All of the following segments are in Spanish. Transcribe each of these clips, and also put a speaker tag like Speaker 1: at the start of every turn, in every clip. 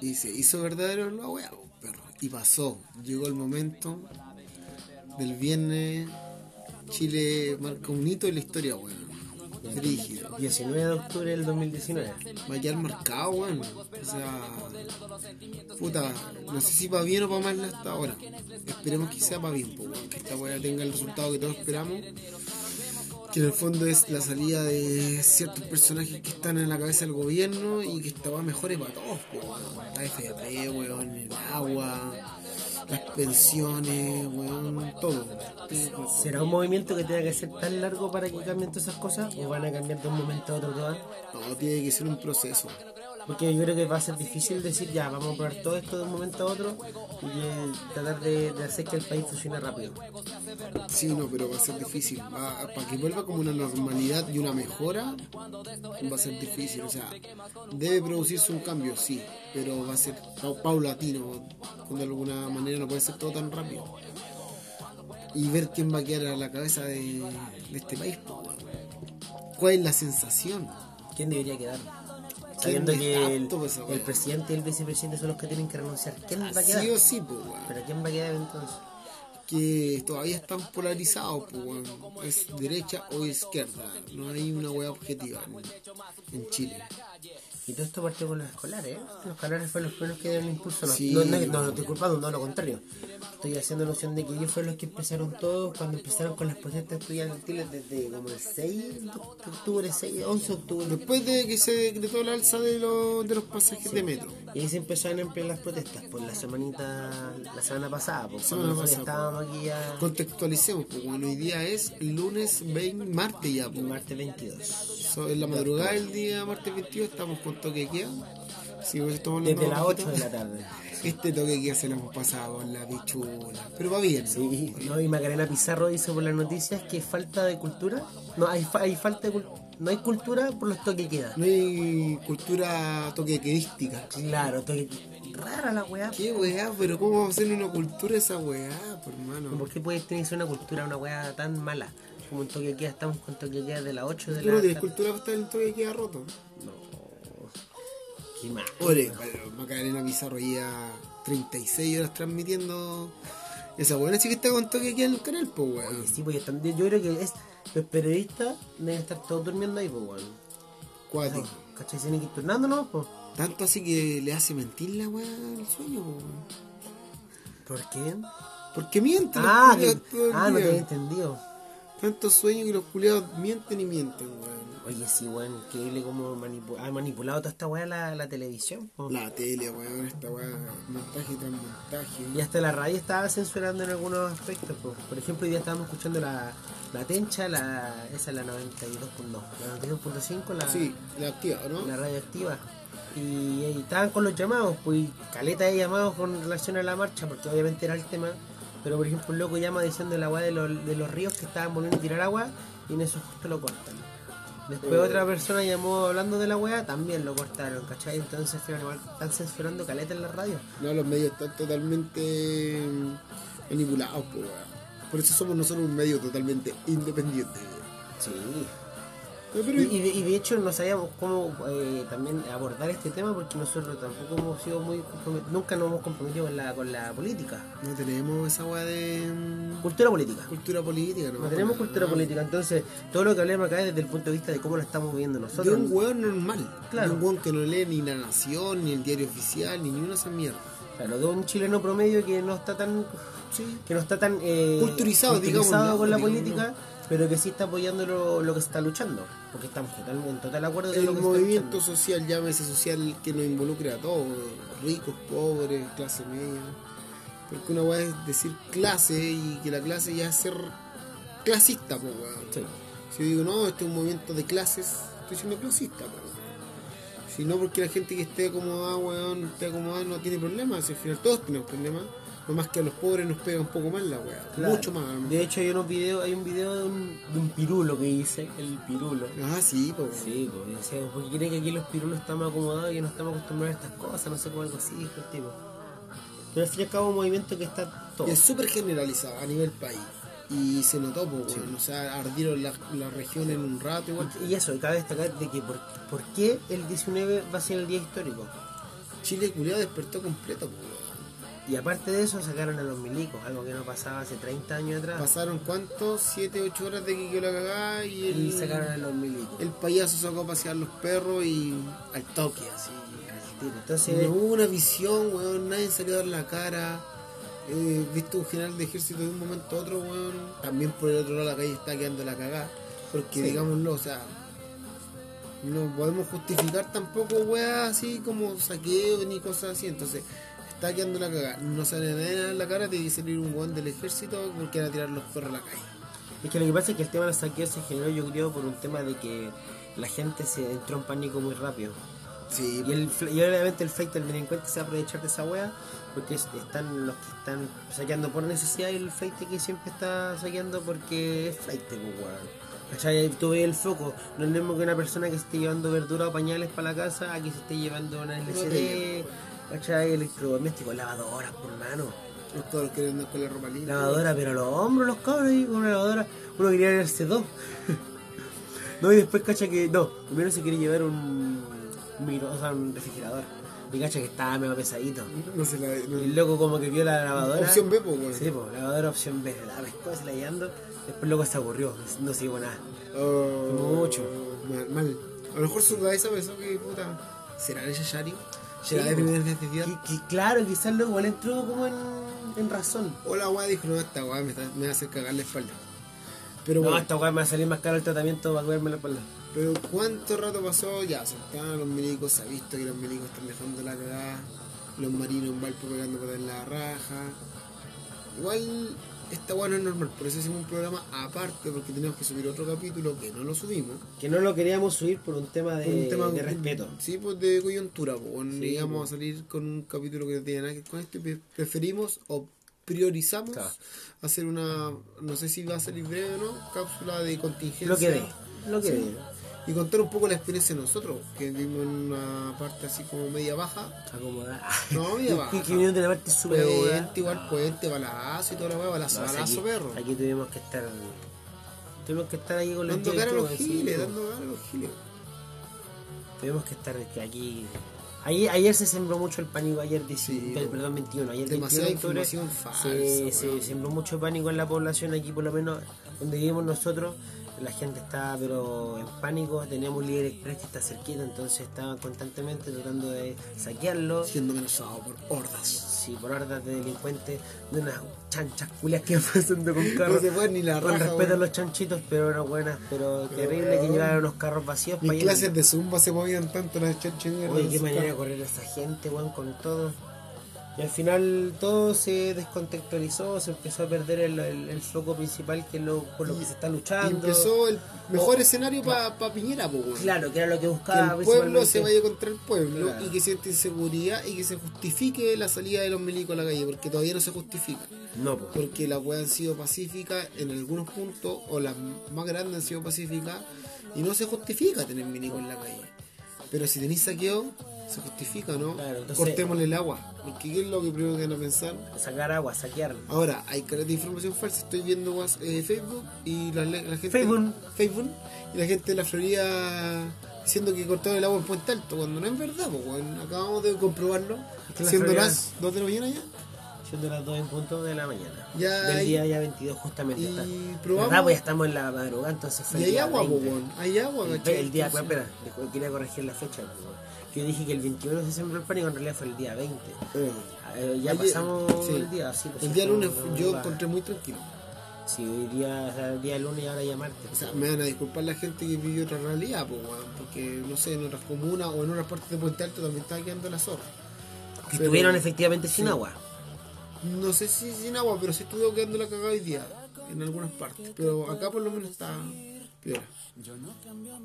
Speaker 1: Y se hizo verdadero la weá, perro. Y pasó. Llegó el momento del viernes. Chile marca un hito en la historia, weón. Rígido.
Speaker 2: 19 de octubre del 2019.
Speaker 1: Va a quedar marcado, weón. O sea. Puta, no sé si va bien o va mal hasta ahora. Esperemos que sea para bien, po, weón. Que esta weá tenga el resultado que todos esperamos. Que en el fondo es la salida de ciertos personajes que están en la cabeza del gobierno y que esta weá mejore para todos, po, weón. La FP, weón, el agua, las pensiones, weón, todo.
Speaker 2: ¿Será un movimiento que tenga que ser tan largo para que cambien todas esas cosas? ¿O van a cambiar de un momento a otro todas?
Speaker 1: Todo tiene que ser un proceso.
Speaker 2: Porque yo creo que va a ser difícil decir ya, vamos a probar todo esto de un momento a otro y eh, tratar de, de hacer que el país funcione rápido.
Speaker 1: Sí, no, pero va a ser difícil. Va- para que vuelva como una normalidad y una mejora, va a ser difícil. O sea, debe producirse un cambio, sí, pero va a ser pa- paulatino. De alguna manera no puede ser todo tan rápido. Y ver quién va a quedar a la cabeza de, de este país. po, weón. ¿Cuál es la sensación?
Speaker 2: ¿Quién debería quedar? Sabiendo
Speaker 1: está
Speaker 2: que el,
Speaker 1: apto para esa
Speaker 2: el
Speaker 1: wea?
Speaker 2: presidente y el vicepresidente son los que tienen que renunciar. ¿Quién va a quedar?
Speaker 1: Sí o sí, po, weón.
Speaker 2: ¿Pero quién va a quedar entonces?
Speaker 1: que todavía están polarizados, pues, weón. es derecha o izquierda, no hay una hueá objetiva en, en Chile.
Speaker 2: Y todo esto partió con los escolares, ¿eh? Los escolares fueron los primeros que dieron el impulso. No,
Speaker 1: Sí.
Speaker 2: no, no, no, no estoy culpando, no, lo contrario. Estoy haciendo noción de que ellos fueron los que empezaron todo cuando empezaron con las protestas estudiantiles desde como el 6 de octubre, 6, 11 de octubre.
Speaker 1: Después de que se decretó la alza de, los de los pasajes de metro,
Speaker 2: Y ahí se empezaron a emplear las protestas, por la semanita, la semana pasada, por
Speaker 1: Semana
Speaker 2: cuando nosotros
Speaker 1: pasada,
Speaker 2: estábamos aquí ya
Speaker 1: contextualicemos, pues, bueno, hoy día es lunes 20, martes ya,
Speaker 2: el
Speaker 1: pues.
Speaker 2: martes 22.
Speaker 1: So, en la madrugada del día martes 22 estamos con toque de queda. Si vos estamos hablando
Speaker 2: Desde las
Speaker 1: bajito,
Speaker 2: 8 de la tarde.
Speaker 1: Este toque de queda se lo hemos pasado con la pichula, pero va bien,
Speaker 2: Sí, no, y Macarena Pizarro dice por las noticias que falta de cultura. No, hay, fa- hay falta de cul- no hay cultura por los toques que quedan.
Speaker 1: no hay cultura toquequedística.
Speaker 2: Claro, toque rara la weá.
Speaker 1: ¿Qué weá? ¿Pero cómo vamos a hacer una cultura esa weá, por hermano?
Speaker 2: ¿Por qué puede tener una cultura, una weá tan mala? Como un toque de queda, estamos con toque de queda de las 8 de
Speaker 1: Tú no
Speaker 2: la
Speaker 1: tienes
Speaker 2: tarde.
Speaker 1: cultura para estar en toque de queda roto.
Speaker 2: Qué mal.
Speaker 1: Ore, pero Macarena Pizarro ya 36 horas transmitiendo esa weá. Así que está con toque de queda en el canal, po weón.
Speaker 2: Sí, pues, yo también, yo creo que es, los periodistas deben estar todos durmiendo ahí, pues, weón.
Speaker 1: Cuático.
Speaker 2: ¿Cachai? Se tienen que ir turnando, ¿no? Pues.
Speaker 1: Tanto así que le hace mentir la weá al sueño, po, weón.
Speaker 2: ¿Por qué?
Speaker 1: Porque mienten los
Speaker 2: Ah, que-
Speaker 1: culiados todo el
Speaker 2: ah, no te
Speaker 1: día.
Speaker 2: había entendido.
Speaker 1: Tanto sueño que los culiados mienten y mienten, weón.
Speaker 2: Oye, sí, weón, increíble cómo manipu- ha manipulado toda esta weá la, la televisión. pues. po.
Speaker 1: La tele, weón, esta weá, montaje tras montaje.
Speaker 2: Y hasta la radio estaba censurando en algunos aspectos. po. Por ejemplo, hoy día estábamos escuchando la, la Tencha, la, esa es la 92.2, la 92.5, la,
Speaker 1: Sí, la activa, ¿no?
Speaker 2: la radio activa. Y, y estaban con los llamados, pues y caleta de llamados con relación a la marcha, porque obviamente era el tema. Pero por ejemplo, un loco llama diciendo el agua de los, de los ríos que estaban volviendo a tirar agua y en eso justo lo cortan. Después
Speaker 1: Eh.
Speaker 2: otra persona llamó hablando de la weá, también lo cortaron, ¿cachai? Entonces, al final, igual están censurando caleta en la radio.
Speaker 1: No, los medios están totalmente mm, manipulados, po, weón. Por eso somos nosotros un medio totalmente independiente. weón.
Speaker 2: Sí.
Speaker 1: No, pero
Speaker 2: Y, y de, y de hecho no sabíamos cómo eh, también abordar este tema porque nosotros tampoco hemos sido muy compromet- nunca nos hemos comprometido con la, con la política,
Speaker 1: no tenemos esa weá de mm,
Speaker 2: cultura política.
Speaker 1: cultura política, ¿no?
Speaker 2: No tenemos
Speaker 1: Para
Speaker 2: cultura
Speaker 1: nada.
Speaker 2: política, entonces todo lo que hablemos acá es desde el punto de vista de cómo lo estamos viviendo
Speaker 1: De
Speaker 2: nosotros.
Speaker 1: un weón normal.
Speaker 2: Claro.
Speaker 1: De un weón que no lee ni La Nación, ni el diario oficial, ni ninguna de esas mierdas.
Speaker 2: Claro, de un chileno promedio que no está tan
Speaker 1: Sí.
Speaker 2: que no está tan eh,
Speaker 1: Culturizado, digamos,
Speaker 2: culturizado
Speaker 1: ¿no?
Speaker 2: con la
Speaker 1: Digamos,
Speaker 2: política, pero que sí está apoyando lo, lo que se está luchando, porque estamos total- en total acuerdo con
Speaker 1: El
Speaker 2: lo que se está
Speaker 1: movimiento
Speaker 2: luchando.
Speaker 1: social, llámese social, que nos involucre a todos, ricos, pobres, clase media. Porque una weá es decir clase y que la clase ya es ser clasista, pues weón.
Speaker 2: Sí.
Speaker 1: Si yo digo, no, este es un movimiento de clases, estoy siendo clasista, po, weón. Si no, porque la gente que esté acomodada, weón, esté acomodada, no tiene problemas. Si al final todos tenemos problemas. Nomás que a los pobres nos pega un poco más la weá.
Speaker 2: Claro.
Speaker 1: Mucho más.
Speaker 2: De hecho, hay, unos videos, hay un video de un, de un pirulo que dice, el pirulo.
Speaker 1: Ah, sí, po, weón.
Speaker 2: Sí, pues, decía, porque cree que aquí los pirulos estamos acomodados y no estamos acostumbrados a estas cosas, no sé cómo algo así, dijo el tipo. Pero al fin y al cabo, un movimiento que está todo.
Speaker 1: Y es súper generalizado a nivel país. Y se notó, po, weón. O sea, ardieron las la región en un rato, igual.
Speaker 2: Y eso, y cabe destacar de que por, por qué el 19 va a ser el día histórico.
Speaker 1: Chile culiado despertó completo, po, weón.
Speaker 2: Y aparte de eso, sacaron a los milicos, algo que no pasaba hace 30 años atrás.
Speaker 1: Pasaron cuánto, 7, 8 horas de que quedó la cagada y el,
Speaker 2: Y sacaron a los milicos.
Speaker 1: el payaso sacó a pasear los perros y al toque así.
Speaker 2: al tiro. Entonces,
Speaker 1: No hubo una visión, weón, nadie salió a dar la cara. Eh, viste un general de ejército de un momento a otro, weón. También por el otro lado la calle está quedando la cagada. Porque
Speaker 2: Sí.
Speaker 1: digámoslo, o sea, no podemos justificar tampoco weas así como saqueo ni cosas así. Entonces, está quedando la cagada. No sale nadie a dar la cara, tiene que salir un weón del ejército porque van a tirar los perros a la calle.
Speaker 2: es que lo que pasa es que el tema de los saqueos se generó, yo creo, por un tema de que la gente se entró en pánico muy rápido.
Speaker 1: Sí,
Speaker 2: Y, el, fl- y obviamente el fake del delincuente se va a aprovechar de esa wea, porque es- están los que están saqueando por necesidad y el fake que siempre está saqueando porque es fake, pues weón. ¿Cachai? Ahí Tú ves el foco, no es lo mismo que una persona que se esté llevando verdura o pañales para la casa a que se esté llevando una LCD, ¿cachai? Electrodomésticos, lavadoras, por mano.
Speaker 1: no todos quieren andar con la ropa limpia.
Speaker 2: Lavadora, pero los hombros, los cabros, ahí, con una lavadora, uno quería llevarse dos. no, y después cacha que, no, primero se quiere llevar un, un micro- o sea, un refrigerador. Y cacha que estaba medio pesadito.
Speaker 1: No se la.
Speaker 2: Y
Speaker 1: no-
Speaker 2: el loco como que vio la lavadora.
Speaker 1: Opción B, pues, weón.
Speaker 2: Sí, pues, lavadora opción B, la pescó, se la llevando. Después el loco se aburrió, no siguió nada.
Speaker 1: Oh,
Speaker 2: Mucho.
Speaker 1: Mal, mal. A lo mejor su cabeza pensó que puta. ¿Será de Yashari? ¿Será
Speaker 2: Sí,
Speaker 1: de este
Speaker 2: pues.
Speaker 1: primera necesidad?
Speaker 2: Y, que claro, quizás luego igual entró como en, en razón.
Speaker 1: O la weá dijo, no, esta weá me, está- me va a hacer cagar la espalda. Pero
Speaker 2: No,
Speaker 1: bueno,
Speaker 2: esta weá me va a salir más caro el tratamiento para cuidarme la espalda.
Speaker 1: pero cuánto rato pasó, ya, soltaron a los milicos, se ha visto que los milicos están dejando la cagada, los marinos en Valpo pegando por en la raja. Igual esta weá no es normal, por eso hicimos un programa aparte, porque tenemos que subir otro capítulo que no lo subimos.
Speaker 2: Que no lo queríamos subir por un tema de,
Speaker 1: Por un tema
Speaker 2: de respeto.
Speaker 1: Sí, pues de coyuntura, pues.
Speaker 2: Sí,
Speaker 1: digamos,
Speaker 2: pues.
Speaker 1: a salir con un capítulo que no tiene nada que ver con esto y pre- preferimos o priorizamos
Speaker 2: Claro.
Speaker 1: hacer una, no sé si va a salir breve o no, cápsula de contingencia.
Speaker 2: Lo que dé, lo que
Speaker 1: Sí.
Speaker 2: dé.
Speaker 1: Y contar un poco la experiencia de nosotros, que vivimos en una parte así como media baja.
Speaker 2: Acomodar.
Speaker 1: No, mira,
Speaker 2: que,
Speaker 1: baja.
Speaker 2: que vinieron de la parte superior.
Speaker 1: Puente, igual puente, balazo y toda la hueá, balazo,
Speaker 2: No, si
Speaker 1: balazo,
Speaker 2: aquí,
Speaker 1: perro.
Speaker 2: aquí tuvimos que estar. Tuvimos que estar ahí con los
Speaker 1: Dando cara a los
Speaker 2: directores, sí,
Speaker 1: giles,
Speaker 2: po.
Speaker 1: dando cara a los giles.
Speaker 2: Tuvimos que estar que aquí. Ayer, ayer se sembró mucho el pánico, ayer 10,
Speaker 1: Sí,
Speaker 2: pe-
Speaker 1: po.
Speaker 2: perdón, 21, ayer
Speaker 1: Demasiada
Speaker 2: 21 de octubre
Speaker 1: información falsa.
Speaker 2: se, se
Speaker 1: weón.
Speaker 2: sembró mucho pánico en la población aquí, por lo menos donde vivimos nosotros. La gente está pero en pánico, tenemos líder express que está cerquita, entonces estaban constantemente tratando de saquearlo.
Speaker 1: Siendo amenazado por hordas.
Speaker 2: Sí, por hordas de delincuentes, de unas chanchas culias que van pasando con carros.
Speaker 1: No se puede ni la
Speaker 2: Con
Speaker 1: raja,
Speaker 2: respeto a
Speaker 1: weón.
Speaker 2: los chanchitos, pero no buenas, pero
Speaker 1: Pero,
Speaker 2: terrible que
Speaker 1: weón.
Speaker 2: llevaron los carros vacíos
Speaker 1: Mis
Speaker 2: pa'
Speaker 1: clases
Speaker 2: llenar.
Speaker 1: de zumba se movían tanto las chanchas.
Speaker 2: Oye, qué manera de correr a esa gente, weón, con todo. Y al final todo se descontextualizó, se empezó a perder el, el- el foco principal que es lo, por lo
Speaker 1: Y-
Speaker 2: que se está
Speaker 1: Y
Speaker 2: luchando.
Speaker 1: empezó el mejor escenario para Piñera, po, weón.
Speaker 2: Oh, Claro, que era lo que
Speaker 1: Que
Speaker 2: buscaba
Speaker 1: el pueblo se
Speaker 2: principalmente.
Speaker 1: vaya contra el pueblo
Speaker 2: Claro.
Speaker 1: y que sienta inseguridad y que se justifique la salida de los milicos a la calle, porque todavía no se justifica.
Speaker 2: No, pues, po.
Speaker 1: Porque las weas han sido pacíficas en algunos puntos, o las más grandes han sido pacíficas, y no se justifica tener milicos en la calle. Pero si tenéis saqueo, se justifica, ¿no?
Speaker 2: Claro, entonces-
Speaker 1: Cortémosle el agua, porque ¿qué es lo que primero que van a pensar?
Speaker 2: sacar agua, saquear.
Speaker 1: Ahora, hay caras de información falsa. Estoy viendo guas- eh, Facebook y la, la gente.
Speaker 2: Facebook.
Speaker 1: Facebook, Y la gente de la Florida diciendo que cortaron el agua en Puente Alto, cuando no es verdad, pues, weón. acabamos de comprobarlo.
Speaker 2: Es que la
Speaker 1: siendo
Speaker 2: Florida-
Speaker 1: las 2 de la mañana ya.
Speaker 2: Siendo las 2 en punto de la mañana.
Speaker 1: Ya
Speaker 2: Del
Speaker 1: hay-
Speaker 2: día ya 22 justamente.
Speaker 1: y
Speaker 2: está.
Speaker 1: probamos-
Speaker 2: ¿Verdad? Pues ya estamos en la madrugada, entonces fue
Speaker 1: Y hay
Speaker 2: día
Speaker 1: agua, pues,
Speaker 2: 20.
Speaker 1: weón. Hay agua,
Speaker 2: El,
Speaker 1: ¿cachai?
Speaker 2: el día,
Speaker 1: Entonces,
Speaker 2: espera, espera, quería corregir la fecha. pues, weón. Que yo dije que el 21 se sembró el pánico, en realidad fue el día 20.
Speaker 1: eh,
Speaker 2: Eh, ya
Speaker 1: ayer-
Speaker 2: pasamos
Speaker 1: sí.
Speaker 2: el día, sí. pues,
Speaker 1: El día
Speaker 2: sí,
Speaker 1: lunes
Speaker 2: no- no
Speaker 1: yo
Speaker 2: iba-
Speaker 1: encontré muy tranquilo.
Speaker 2: Sí, hoy día, o sea, el día lunes y ahora ya martes.
Speaker 1: O sea, me van a disculpar la gente que vivió otra realidad, pues, weón, porque no sé, en otras comunas o en otras partes de Puente Alto también estaba quedando la zorra.
Speaker 2: que
Speaker 1: pero-
Speaker 2: estuvieron efectivamente sin
Speaker 1: sí.
Speaker 2: agua.
Speaker 1: No sé si sin agua, pero sí estuvo quedando la cagada hoy día en algunas partes. Pero acá por lo menos está peor.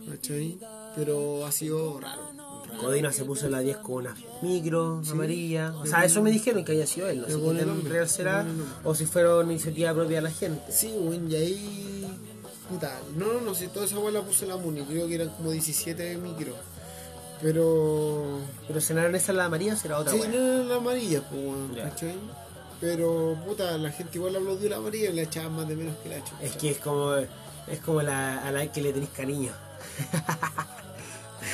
Speaker 1: ¿Cachai? Pero ha sido raro. raro.
Speaker 2: Codina se puso en la 10 con unas micro amarillas. O sea, eso me dijeron que había sido él. No
Speaker 1: Le
Speaker 2: sé
Speaker 1: pone
Speaker 2: qué tan
Speaker 1: nombre,
Speaker 2: real
Speaker 1: le
Speaker 2: será
Speaker 1: pone nombre.
Speaker 2: o si fueron iniciativa propia de la gente.
Speaker 1: Sí, weón, y ahí. Puta, no, no sé, toda esa agua la puso la MUNI, creo que eran como 17 micros. Pero.
Speaker 2: Pero cenaron esa la amarilla, será otra.
Speaker 1: Sí,
Speaker 2: weá.
Speaker 1: no eran amarillas, pues, weón,
Speaker 2: Ya.
Speaker 1: ¿cachai? Pero, puta, la gente igual aplaudió la amarilla y la echaban más de menos que la chucha.
Speaker 2: Es que es como es como la, a la que le tenéis cariño.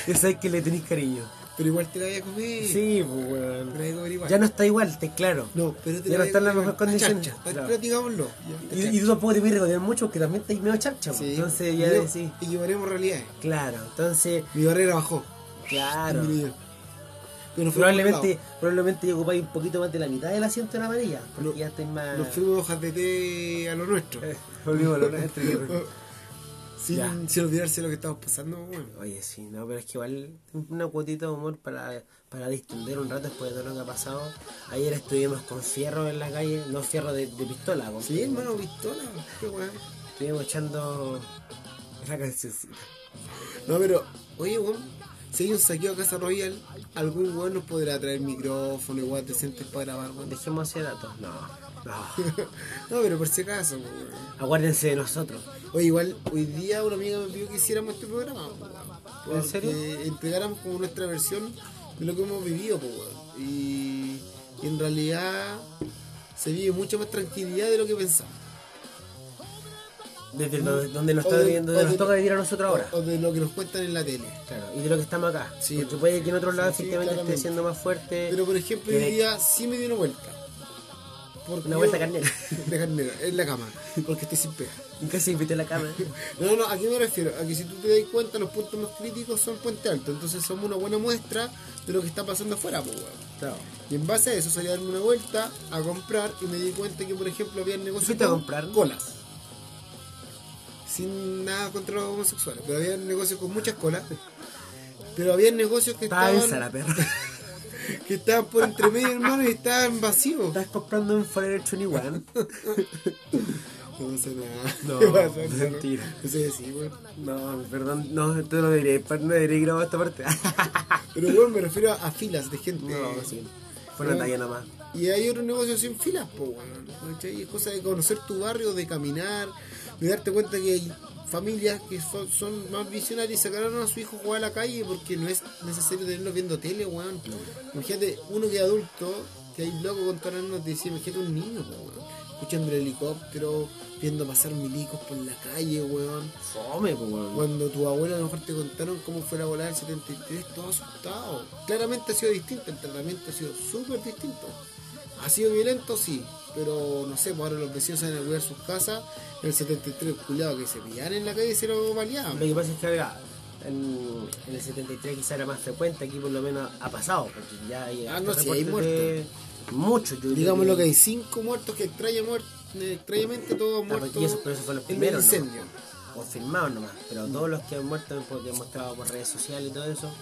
Speaker 2: Esa es que le tenéis cariño.
Speaker 1: Pero igual te la voy a comer.
Speaker 2: Sí, pues,
Speaker 1: Te
Speaker 2: weón.
Speaker 1: la voy a comer igual.
Speaker 2: Ya no está igual, está claro.
Speaker 1: No, pero te
Speaker 2: Ya no
Speaker 1: la voy a
Speaker 2: está en las
Speaker 1: comer.
Speaker 2: mejores condiciones.
Speaker 1: Chacha,
Speaker 2: Claro.
Speaker 1: Pero digámoslo. ya,
Speaker 2: Y,
Speaker 1: chacha.
Speaker 2: y tú tampoco te puedes regodear mucho porque también estás medio charcha. pues.
Speaker 1: Sí,
Speaker 2: entonces ya
Speaker 1: y yo-
Speaker 2: decís,
Speaker 1: Y llevaremos realidades.
Speaker 2: claro, entonces,
Speaker 1: Mi barrera bajó.
Speaker 2: claro.
Speaker 1: disminuyó. Pero nos fuimos por un
Speaker 2: Probablemente, probablemente ocupáis un poquito más de la mitad del asiento en amarilla, porque
Speaker 1: No,
Speaker 2: ya estáis más.
Speaker 1: lado. Nos fuimos hojas de té a lo nuestro.
Speaker 2: Eh, volvimos a lo nuestro, que- Ya.
Speaker 1: sin, sin olvidarse lo que estamos pasando, bueno.
Speaker 2: Oye, sí, no, pero es que igual una cuotita de humor para, para distender un rato después de todo lo que ha pasado. Ayer estuvimos con fierro en la calle, no fierro de, de pistola, con
Speaker 1: Sí, hermano, pistola, qué weón.
Speaker 2: Estuvimos echando la cancioncita.
Speaker 1: No, pero, oye, weón, si hay un saqueo a Casa Royal, algún weón nos podrá traer micrófono y weón decentes para grabar, weón.
Speaker 2: Dejemos ese dato. No, no.
Speaker 1: no, pero por si acaso, weón.
Speaker 2: Aguárdense de nosotros.
Speaker 1: Oye, igual, hoy día una amiga me pidió que hiciéramos este programa, po, weón.
Speaker 2: ¿En
Speaker 1: Porque
Speaker 2: serio?
Speaker 1: entregáramos como nuestra versión de lo que hemos vivido, po, weón. Y, y en realidad se vive mucha más tranquilidad de lo que pensamos.
Speaker 2: Desde donde, donde nos,
Speaker 1: O
Speaker 2: está
Speaker 1: de-
Speaker 2: viviendo,
Speaker 1: o
Speaker 2: donde nos
Speaker 1: de-
Speaker 2: toca vivir a nosotros ahora. Eh,
Speaker 1: O de lo que nos cuentan en la tele.
Speaker 2: Claro, y de lo que estamos acá.
Speaker 1: Sí,
Speaker 2: Porque puede que en otros lados
Speaker 1: sí, sí,
Speaker 2: efectivamente
Speaker 1: claramente.
Speaker 2: esté siendo más fuerte.
Speaker 1: Pero por ejemplo,
Speaker 2: Tiene-
Speaker 1: hoy día sí me dio una vuelta. Porque
Speaker 2: Una
Speaker 1: yo-
Speaker 2: vuelta carnera.
Speaker 1: De carnera, en la cama. Porque estoy sin pega.
Speaker 2: Casi invité a la cama.
Speaker 1: No, no, ¿a qué me refiero? A que si tú te das cuenta, los puntos más críticos son Puente Alto. Entonces somos una buena muestra de lo que está pasando afuera, pues, weón.
Speaker 2: claro.
Speaker 1: Y en base a eso salí a darme una vuelta a comprar y me di cuenta que, por ejemplo, había negocios
Speaker 2: ¿Fuiste a
Speaker 1: con
Speaker 2: comprar?
Speaker 1: colas. Sin nada contra los homosexuales, pero había negocios con muchas colas. Pero había negocios que
Speaker 2: Estaba
Speaker 1: estaban,
Speaker 2: densa la perra.
Speaker 1: que estaban por entre medio, hermano, y estaban vacíos.
Speaker 2: Estás comprando un Forever 21.
Speaker 1: No pasa nada.
Speaker 2: No, mentira.
Speaker 1: No sé, sí, weón.
Speaker 2: No, perdón, no, esto no debería, no debería grabar esta parte.
Speaker 1: Pero bueno, me refiero a, a filas de gente.
Speaker 2: no, sí. Fue una talla nomás.
Speaker 1: Y hay otros negocios sin filas, pues, weón. ¿cachai? Es cosa de conocer tu barrio, de caminar, de darte cuenta que hay familias que son, son más visionarias y sacaron a su hijo a jugar a la calle porque no es necesario tenerlos viendo tele, weón. Imagínate, uno que es adulto, que hay loco con tornos de decir, imagínate un niño, pues, weón. Escuchando el helicóptero, viendo pasar milicos por la calle, weón.
Speaker 2: Fome, pues, weón.
Speaker 1: Cuando tu abuela a lo mejor te contaron cómo fue la volada del 73, todo asustado. Claramente ha sido distinto, el tratamiento ha sido súper distinto. Ha sido violento, sí, pero no sé, pues ahora los vecinos salen a cuidar sus casas. El 73, culiado, que se pillaban en la calle y se lo baleaban.
Speaker 2: Lo que pasa es que ahora, en, en el 73 quizá era más frecuente, aquí por lo menos ha pasado, porque ya hay.
Speaker 1: Ah, no,
Speaker 2: hasta
Speaker 1: sí, hay
Speaker 2: reportes de- Muchos, yo diría
Speaker 1: Digamos lo que hay cinco muertos que extraña muer- eh, extrañamente todos
Speaker 2: Ah,
Speaker 1: muertos
Speaker 2: y eso- pero eso fue los
Speaker 1: en el
Speaker 2: primeros, ¿no?
Speaker 1: incendio. Mm.
Speaker 2: confirmados nomás, pero todos los que han muerto porque han mostrado por redes sociales y todo eso.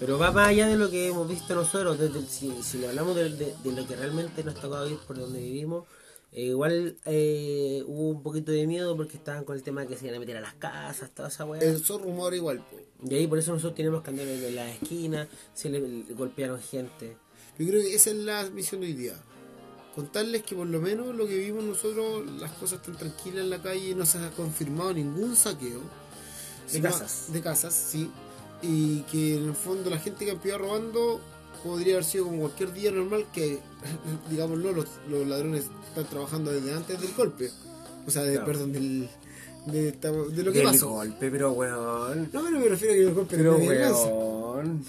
Speaker 2: Pero va más allá de lo que hemos visto nosotros, desde el- si, si le hablamos de, de- de lo que realmente nos tocó vivir por donde vivimos, eh, igual eh, hubo un poquito de miedo porque estaban con el tema de que se iban a meter a las casas, toda esa weá.
Speaker 1: El Esos Eh, rumores igual, pues.
Speaker 2: Y ahí por eso nosotros tenemos que andar en las esquinas, se le, le golpearon gente.
Speaker 1: Yo creo que esa es la misión de hoy día. Contarles que por lo menos lo que vimos nosotros, las cosas tan tranquilas en la calle, no se ha confirmado ningún saqueo.
Speaker 2: De
Speaker 1: Sino-
Speaker 2: casas.
Speaker 1: De casas, sí. Y que en el fondo la gente que empieza robando podría haber sido como cualquier día normal que, digámoslo, los, los ladrones están trabajando desde antes del golpe. O sea, de,
Speaker 2: Claro.
Speaker 1: perdón, del, de, esta- de lo que
Speaker 2: Del
Speaker 1: pasó.
Speaker 2: golpe, pero weón.
Speaker 1: No, pero me refiero a que el golpe
Speaker 2: Pero
Speaker 1: no es venganza.
Speaker 2: weón.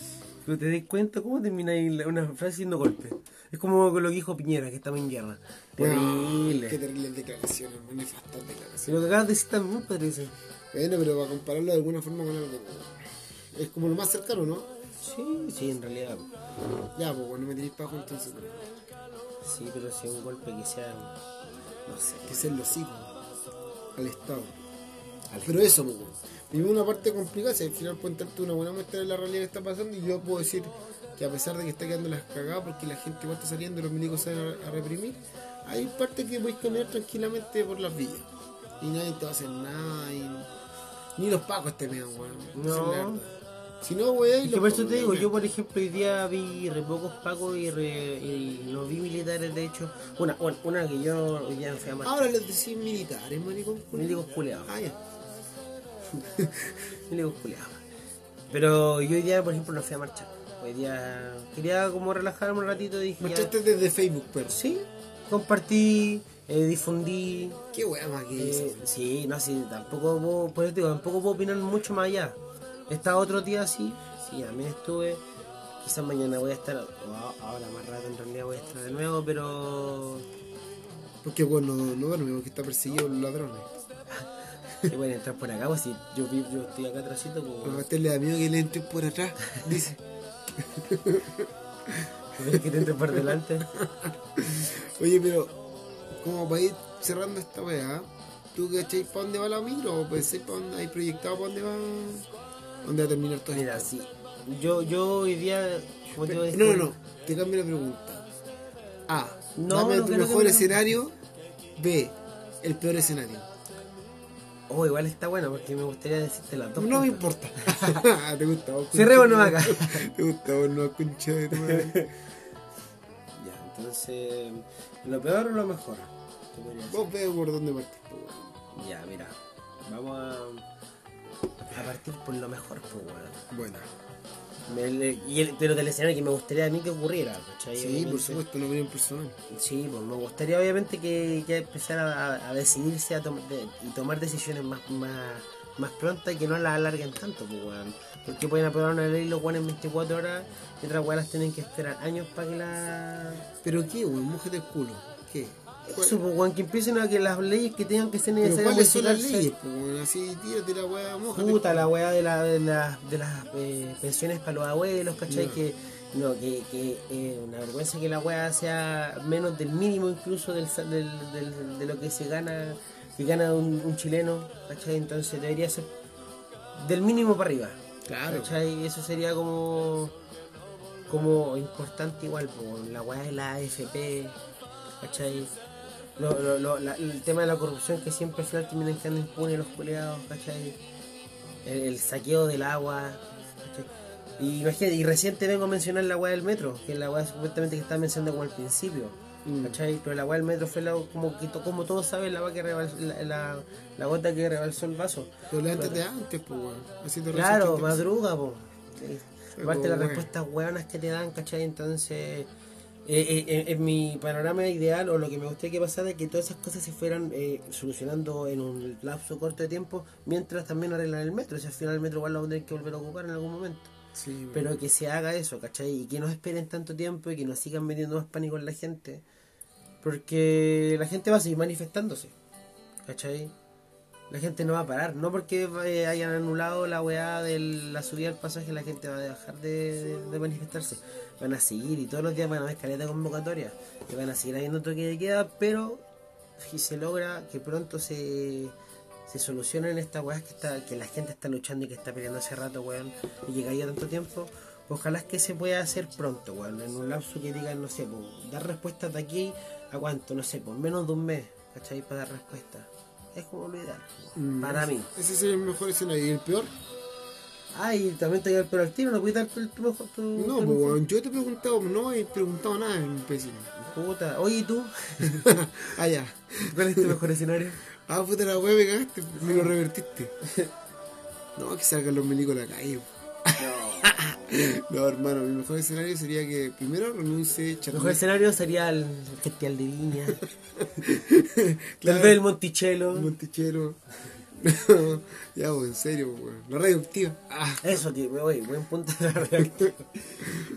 Speaker 2: Pero te das cuenta cómo termina ahí la- una frase siendo golpe. Es como lo que dijo Piñera, que estamos en guerra.
Speaker 1: Bueno,
Speaker 2: Terrible.
Speaker 1: qué terribles declaraciones, nefastas declaraciones.
Speaker 2: Si lo que acabas de decir también, Patricio.
Speaker 1: Bueno, pero para compararlo de alguna forma con algo, pues, es como lo más cercano, ¿no?
Speaker 2: Sí, sí, en realidad.
Speaker 1: Ya, pues bueno, me tiréis para abajo entonces, pues,
Speaker 2: Sí, pero si es un golpe que sea. No sé.
Speaker 1: que ser los hijos al Estado. pero eso, pues, bueno, vivimos una parte complicada, si al final pueden darte una buena muestra de la realidad que está pasando y yo puedo decir que a pesar de que está quedando las cagadas porque la gente igual está saliendo y los milicos salen a, a reprimir, hay partes que podéis caminar tranquilamente por las villas y nadie te va a hacer nada y- ni los pacos te mean, weón.
Speaker 2: No.
Speaker 1: esa es la verdad. Si no, weón,
Speaker 2: Es que
Speaker 1: los
Speaker 2: por eso
Speaker 1: pacos
Speaker 2: te digo,
Speaker 1: mean.
Speaker 2: yo por ejemplo hoy día vi re pocos pacos y, re- y no vi militares, de hecho. Una, bueno, una que yo hoy día fui a marchar.
Speaker 1: Ahora les decís militares, maricón.
Speaker 2: Milicos culeados.
Speaker 1: Ah, ya.
Speaker 2: Milicos culeados. Pero yo hoy día, por ejemplo, no fui a marchar. Hoy día quería como relajarme un ratito y dije. ya-
Speaker 1: Marchaste desde Facebook, pero.
Speaker 2: Sí, compartí, eh, difundí.
Speaker 1: Qué wea más que
Speaker 2: eh,
Speaker 1: eso.
Speaker 2: sí, no, sí, tampoco puedo, por eso te digo, tampoco puedo opinar mucho más allá. Está otro día así, sí, también estuve. Quizás mañana voy a estar, o a- ahora más rato en realidad voy a estar de nuevo, pero.
Speaker 1: Porque bueno, no, no duerme, porque está perseguido por los ladrones.
Speaker 2: Que pueden eh, entrar por acá, pues si yo, vi- yo estoy acá atrásito,
Speaker 1: A
Speaker 2: pues.
Speaker 1: usted le da miedo que le entren por atrás. Dice,
Speaker 2: ¿Ves que te entran por delante?
Speaker 1: oye, pero como para ir cerrando esta weá, ¿tú cachai para dónde va la micro? ¿O pensé para dónde hay proyectado para dónde va? ¿Dónde va a terminar todo esto?
Speaker 2: Mira, sí. Yo, yo hoy día. como te
Speaker 1: Pero-
Speaker 2: iba a decir-
Speaker 1: No, no, no, te cambio la pregunta. A.
Speaker 2: No,
Speaker 1: dame
Speaker 2: no
Speaker 1: tu
Speaker 2: creo que
Speaker 1: mejor
Speaker 2: me-
Speaker 1: escenario. B. El peor escenario.
Speaker 2: Oh, igual está bueno porque me gustaría decirte las dos.
Speaker 1: No me
Speaker 2: cosas.
Speaker 1: importa. te gusta vos.
Speaker 2: Cerremos
Speaker 1: concha de-
Speaker 2: acá.
Speaker 1: Te gusta vos, no, concha de tu madre.
Speaker 2: Ya, entonces, lo peor o lo mejor. Te podría decir.
Speaker 1: Vos ves por dónde partís, po, weón.
Speaker 2: Ya, mira, vamos a, a partir por lo mejor, pues, weón.
Speaker 1: Bueno,
Speaker 2: Me- le- Y el, pero del escenario que me gustaría a mí que ocurriera, ¿cachai?
Speaker 1: sí,
Speaker 2: Obviamente.
Speaker 1: por supuesto, una opinión personal.
Speaker 2: Sí, pues me gustaría obviamente que ya empezara a, a decidirse a tom- de- y tomar decisiones más, más, más prontas y que no las alarguen tanto, pues, weón. Porque pueden aprobar una ley los weones en 24 horas y otras weón las tienen que esperar años para que la...
Speaker 1: ¿Pero qué, weón? Mújate el culo. ¿Qué?
Speaker 2: Eso, pues, weón, que empiecen a que las leyes que tengan que ser
Speaker 1: ¿Pero
Speaker 2: necesarias...
Speaker 1: cuáles son las
Speaker 2: modificarse-
Speaker 1: leyes, po, weón? Así, tírate la weá, mójate.
Speaker 2: Puta, la weá de, la, de, la- de las eh, pensiones para los abuelos, ¿cachai?
Speaker 1: Ya.
Speaker 2: Que, no, que, que eh, una vergüenza que la weá sea menos del mínimo incluso del, sa- del, del- de lo que se gana, que gana un, un chileno, ¿cachai? Entonces debería ser del mínimo para arriba,
Speaker 1: Claro.
Speaker 2: ¿cachai? Eso sería como, como importante igual, por la weá de la AFP, ¿cachai? Lo- lo- lo- la- el tema de la corrupción que siempre al final terminan quedando impunes los culeados, ¿cachai? El, el saqueo del agua, ¿cachai? Y imagínate, y reciente vengo a mencionar la agua del metro, que es la agua supuestamente que estaba mencionando como al principio,
Speaker 1: Mm.
Speaker 2: ¿cachai? Pero la agua del metro fue la, como, que, to- como todos saben, la, agua que rebal- la, la- la gota que rebalsó el vaso.
Speaker 1: Pero levántate antes, po, weón. Así te
Speaker 2: Claro,
Speaker 1: resististe.
Speaker 2: madruga, po. Sí.
Speaker 1: Sí,
Speaker 2: Aparte
Speaker 1: po,
Speaker 2: las
Speaker 1: weón.
Speaker 2: respuestas hueonas que te dan, ¿cachai? Entonces, eh, eh, eh, en mi panorama ideal, o lo que me gustaría que pasara, es que todas esas cosas se fueran eh, solucionando en un lapso corto de tiempo, mientras también arreglan el metro. Si al final el metro igual lo van a tener que volver a ocupar en algún momento.
Speaker 1: Sí, weón.
Speaker 2: Pero que se haga eso, ¿cachai? Y que no esperen tanto tiempo y que no sigan metiendo más pánico en la gente. Porque la gente va a seguir manifestándose, ¿cachai? La gente no va a parar, no porque eh, hayan anulado la weá de la subida al pasaje, la gente va a dejar de, de- de manifestarse. Van a seguir y todos los días van a haber caleta de convocatoria. Y van a seguir habiendo toque de queda, pero si se logra que pronto se, se solucionen estas weas que, está, que la gente está luchando y que está peleando hace rato, weón, y que cayó tanto tiempo. Ojalá es que se pueda hacer pronto, weón, en un lapso que digan, no sé, po, dar respuestas de aquí a cuánto, no sé, por menos de un mes, ¿cachai? Para dar respuestas. Es como lo ideal,
Speaker 1: Mm,
Speaker 2: para
Speaker 1: ese-
Speaker 2: mí.
Speaker 1: Ese sería el mejor escenario. ¿Y el peor?
Speaker 2: Ah, y también te voy al pelo al tiro, no puedes dar tu, tu, mejor- tu-
Speaker 1: No,
Speaker 2: tu
Speaker 1: po, weón. Yo te he preguntado, no he preguntado nada, imbécil.
Speaker 2: Puta, oye, ¿y tú?
Speaker 1: ah, ya.
Speaker 2: ¿Cuál es tu mejor escenario?
Speaker 1: Ah, puta la weá, me cagaste, me lo revertiste. No, que salgan los milicos a la calle. po. No, hermano, mi mejor escenario sería que primero renuncie
Speaker 2: Tu
Speaker 1: Charlie.
Speaker 2: mejor escenario sería el Festival de Viña,
Speaker 1: Claro.
Speaker 2: tal vez el Monticello.
Speaker 1: Montichero. ya, weón, en serio, weón. La radioactiva. Ah.
Speaker 2: Eso, que, oye, buen punto de la redactora.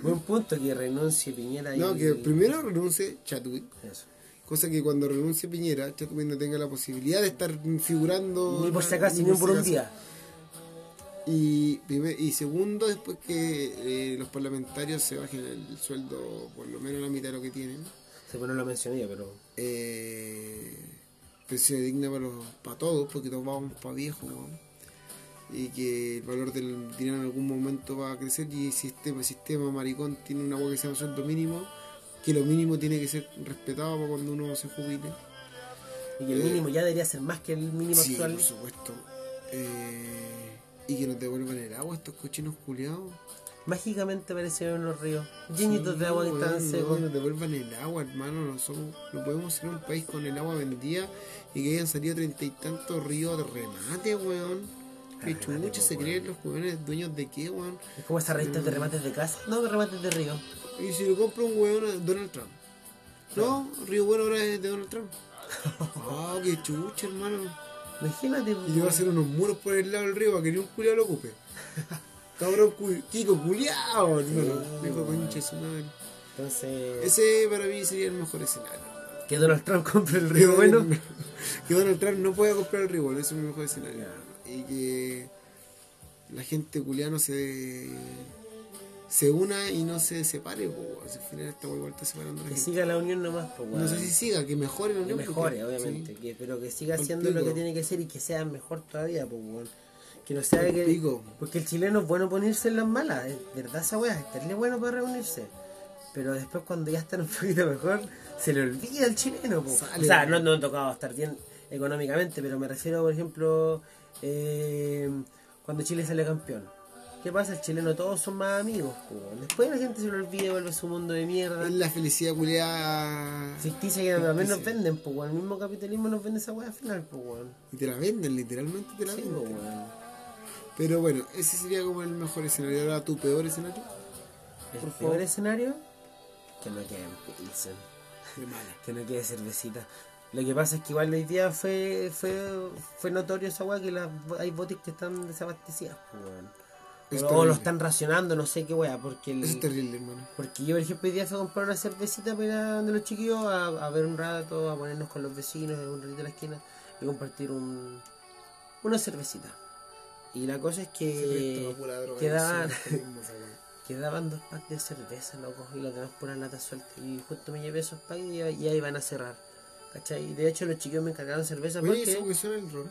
Speaker 2: buen punto que renuncie Piñera
Speaker 1: No,
Speaker 2: y...
Speaker 1: que primero renuncie Chatwick.
Speaker 2: Eso.
Speaker 1: Cosa que cuando renuncie Piñera, Chatwick no tenga la posibilidad de estar figurando.
Speaker 2: Ni por si acaso,
Speaker 1: Ni
Speaker 2: ni
Speaker 1: por
Speaker 2: por
Speaker 1: si
Speaker 2: un
Speaker 1: acaso.
Speaker 2: día.
Speaker 1: Y, primer- y segundo, después que eh, los parlamentarios se bajen el sueldo por lo menos la mitad de lo que tienen.
Speaker 2: Se bueno, no lo mencioné, pero...
Speaker 1: Eh, pensiones dignas para, los- para todos, porque todos vamos para viejo. weón. Y que el valor del dinero en algún momento va a crecer. Y el sistema, el sistema maricón tiene una hueá que se llama sueldo mínimo, que lo mínimo tiene que ser respetado para cuando uno se jubile.
Speaker 2: Y que el
Speaker 1: Eh.
Speaker 2: mínimo ya debería ser más que el mínimo
Speaker 1: Sí, pues.
Speaker 2: actual.
Speaker 1: por supuesto. Eh, y que nos devuelvan el agua estos cochinos culiados.
Speaker 2: Mágicamente aparecieron los ríos. Llenitos de agua pues. que
Speaker 1: weón,
Speaker 2: estaban
Speaker 1: no,
Speaker 2: secos.
Speaker 1: nos devuelvan el agua, hermano. No, somos- no podemos ser un país con el agua vendida y que hayan salido treinta y tantos ríos de remate, weón. Que
Speaker 2: Remate, po,
Speaker 1: chucha se
Speaker 2: weón.
Speaker 1: creen los weones dueños de qué, weón.
Speaker 2: Es como esas revistas de remates de casa. No, de remates de río.
Speaker 1: Y si lo compra un weón a Donald Trump. No, Río Bueno ahora es de Donald Trump. Ah, qué chucha, hermano.
Speaker 2: Imagínate, pues.
Speaker 1: Y le va a hacer unos muros por el lado del río para que ni un culiao lo ocupe. Cabrón, cu- Kiko, culiao. No, no, dijo concha de su madre.
Speaker 2: Entonces,
Speaker 1: Ese para mí sería el mejor escenario.
Speaker 2: que Donald Trump compre el
Speaker 1: Que
Speaker 2: río bueno.
Speaker 1: Donald- que Donald Trump no pueda comprar el Reebok, eso es mi mejor escenario. Y que la gente culiano se se una y no se separe, po, weón. Si al final esta weá igual está separando a la
Speaker 2: Que
Speaker 1: gente.
Speaker 2: siga la unión nomás, pues,
Speaker 1: No sé si siga, que mejore la
Speaker 2: Que
Speaker 1: unión.
Speaker 2: mejore,
Speaker 1: porque-
Speaker 2: obviamente,
Speaker 1: sí.
Speaker 2: que, pero que siga
Speaker 1: Al
Speaker 2: haciendo lo
Speaker 1: pico.
Speaker 2: que tiene que ser y que sea mejor todavía, pues, weón. Que no sea
Speaker 1: Al
Speaker 2: que.
Speaker 1: pico.
Speaker 2: Porque el chileno es bueno ponerse en las malas, es verdad esa weá, es terrible bueno para reunirse. Pero después, cuando ya están un poquito mejor, se le olvida al chileno, pues.
Speaker 1: Sale,
Speaker 2: O sea,
Speaker 1: weón.
Speaker 2: no, no han tocado estar bien económicamente, pero me refiero, por ejemplo, eh, cuando Chile sale campeón. ¿Qué pasa? El chileno todos son más amigos, pues, weón. Después la gente se le olvida y vuelve a su mundo de mierda.
Speaker 1: Es la felicidad culiada.
Speaker 2: Ficticia que también nos
Speaker 1: Ficticia.
Speaker 2: venden, pues, weón. El mismo capitalismo nos vende esa weá al final, pues, weón.
Speaker 1: Y te la venden, literalmente te la
Speaker 2: Sí,
Speaker 1: venden.
Speaker 2: pues, weón.
Speaker 1: Pero bueno, ese sería como el mejor escenario. Ahora tu peor escenario.
Speaker 2: El
Speaker 1: Por
Speaker 2: peor
Speaker 1: favor.
Speaker 2: escenario, que no quede Pilsen,
Speaker 1: De mala.
Speaker 2: que no quede cervecita. Lo que pasa es que igual hoy día fue, fue, fue notorio esa weá que las, hay botes que están desabastecidas, pues, weón.
Speaker 1: Es
Speaker 2: O lo
Speaker 1: terrible.
Speaker 2: están racionando, no sé qué weá, porque el-
Speaker 1: Eso es terrible, hermano.
Speaker 2: Porque yo, por ejemplo, hoy día fui a comprar una cervecita para ir a donde los chiquillos a, a ver un rato, a ponernos con los vecinos en un ratito de la esquina y compartir un, una cervecita. Y la cosa es que quedaban, quedaban dos packs de cerveza, locos, y los demás pura lata suelta. Y justo me llevé esos packs y ya, ya iban a cerrar. ¿Cachai? Y de hecho, los chiquillos me encargaron cerveza
Speaker 1: Oye,
Speaker 2: porque.
Speaker 1: eso que suena el rol.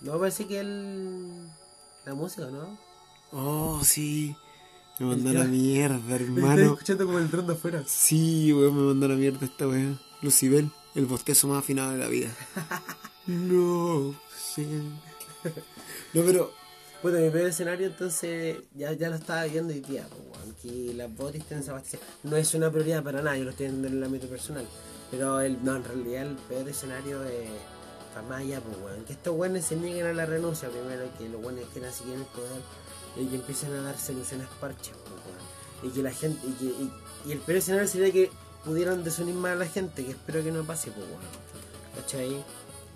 Speaker 2: No, parece que el. La música, ¿no?
Speaker 1: Oh, sí. Me mandó
Speaker 2: El
Speaker 1: a la
Speaker 2: tra-
Speaker 1: mierda, hermano.
Speaker 2: escuchando como el tron de afuera.
Speaker 1: Sí, weón, me mandó a la mierda esta weón. Lucibel, el bostezo más afinado de la vida. No, sí. No, pero.
Speaker 2: Bueno, mi peor escenario entonces ya, ya lo estaba viendo hoy día, pues, weón, que las botis estén desabastecidas. No es una prioridad para nada, yo lo estoy viendo en el ámbito personal. Pero el, no, en realidad el peor escenario es para más allá, pues, weón, que estos weones se nieguen a la renuncia primero, que los weones quieran seguir en el poder y que empiecen a dar soluciones parches, pues, weón. Y que la gente, y, que, y, y el peor escenario sería que pudieran desunir más a la gente, que espero que no pase, pues, weón. ¿Cachai?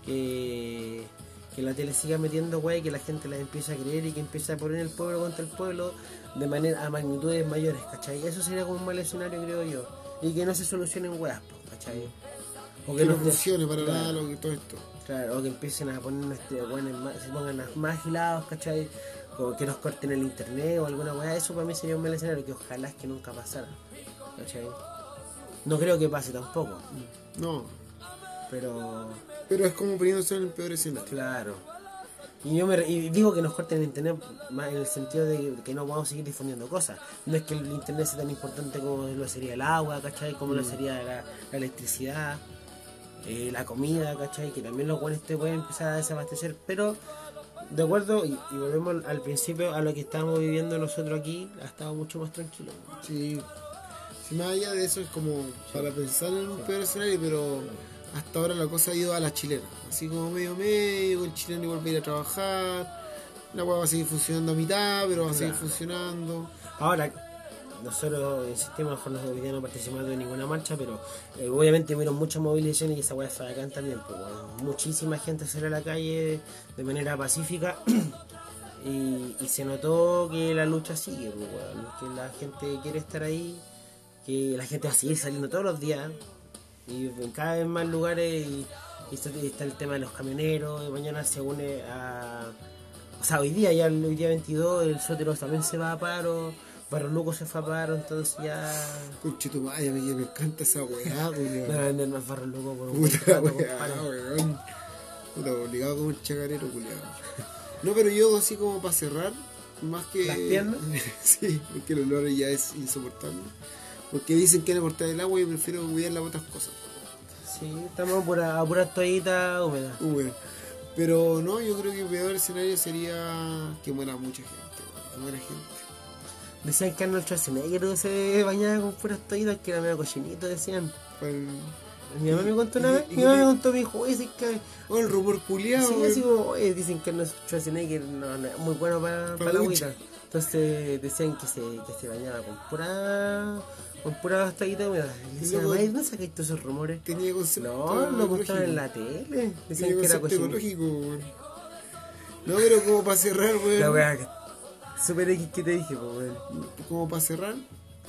Speaker 2: que, que la tele siga metiendo wey, que la gente las empiece a creer y que empiece a poner el pueblo contra el pueblo de manera a magnitudes mayores, ¿cachai? Eso sería como un mal escenario, creo yo. Y que no se solucionen weas, pues, ¿cachai? O
Speaker 1: Mm. Que no
Speaker 2: nos-
Speaker 1: funcione para
Speaker 2: claro,
Speaker 1: nada lo que todo esto.
Speaker 2: Claro, o que empiecen a poner este, weones más- se pongan a- más agilados, ¿cachai? O que nos corten el internet o alguna wea, eso para mí sería un mal escenario que ojalá es que nunca pasara, ¿cachai? No creo que pase tampoco,
Speaker 1: No.
Speaker 2: pero
Speaker 1: Pero es como poniéndose en el peor escenario.
Speaker 2: Claro. Y yo me re- y digo que nos corten el internet más en el sentido de que no vamos a seguir difundiendo cosas. No es que el internet sea tan importante como lo sería el agua, ¿cachai? Como lo sería la, la electricidad, eh, la comida, ¿cachai? Que también los buenos te pueden empezar a desabastecer. Pero, de acuerdo, y, y volvemos al- al principio, a lo que estábamos viviendo nosotros aquí, ha estado mucho más tranquilo.
Speaker 1: Sí. Si más allá de eso es como para pensar en un peor escenario, pero hasta ahora la cosa ha ido a la chilena. Así como medio medio, el chileno igual va a ir a trabajar, la hueá va a seguir funcionando a mitad, pero va a seguir
Speaker 2: Claro.
Speaker 1: funcionando.
Speaker 2: Ahora, nosotros en sistema mejor no, hoy día no participamos de ninguna marcha, pero eh, obviamente hubieron muchas movilizaciones y esa weá fue acá también. Pues, bueno, muchísima gente salió a la calle de manera pacífica y, y se notó que la lucha sigue, pues, bueno, que la gente quiere estar ahí, que la gente va a seguir saliendo todos los días y en cada vez más lugares y, y está, y está el tema de los camioneros y mañana se une a o sea hoy día ya el- hoy día 22 el sótero también se va a paro Barro Luco se fue a paro entonces ya
Speaker 1: Conchito, vaya, me, me encanta esa weá,
Speaker 2: me va a
Speaker 1: weón.
Speaker 2: vender más Barro Luco por un buen
Speaker 1: Ah, Puta
Speaker 2: rato, pues,
Speaker 1: weá,
Speaker 2: compadre.
Speaker 1: weón. Puta, obligado como el chacarero, culiado. No, pero yo así como para cerrar, más que...
Speaker 2: ¿Las piernas?
Speaker 1: sí, porque el olor ya es insoportable. Porque dicen que han aportado el agua y prefiero cuidarla a otras cosas.
Speaker 2: sí estamos a pura, a pura toallita húmeda
Speaker 1: Uh, weón. Pero no, yo creo que el peor escenario sería que muera mucha gente, weón, que muera gente.
Speaker 2: decían que Arnold Schwarzenegger se bañaba con puras toallitas que era medio cochinito decían
Speaker 1: Fue
Speaker 2: mi mamá me contó una
Speaker 1: ¿Y-
Speaker 2: vez
Speaker 1: y-
Speaker 2: mi mamá me contó me dijo oye sí que
Speaker 1: el, oh, el rumor culiado.
Speaker 2: Sí, así como, oye, dicen que Arnold Schwarzenegger no, no es muy bueno para, para la
Speaker 1: ducha.
Speaker 2: agüita. Entonces eh, decían que se, que se bañaba con pura con pura toallita húmeda. Y decían,
Speaker 1: Loco.
Speaker 2: "Ay, ¿dónde sacaste todos esos rumores?
Speaker 1: tenía concepto
Speaker 2: No, lo
Speaker 1: ecológico.
Speaker 2: mostraron en la tele.
Speaker 1: Tenía
Speaker 2: Decían que
Speaker 1: concepto
Speaker 2: era cochinito.
Speaker 1: ecológico, weón. No, pero como para cerrar, weón.
Speaker 2: La weá que. Super X que te dije, pues, weón.
Speaker 1: como para cerrar,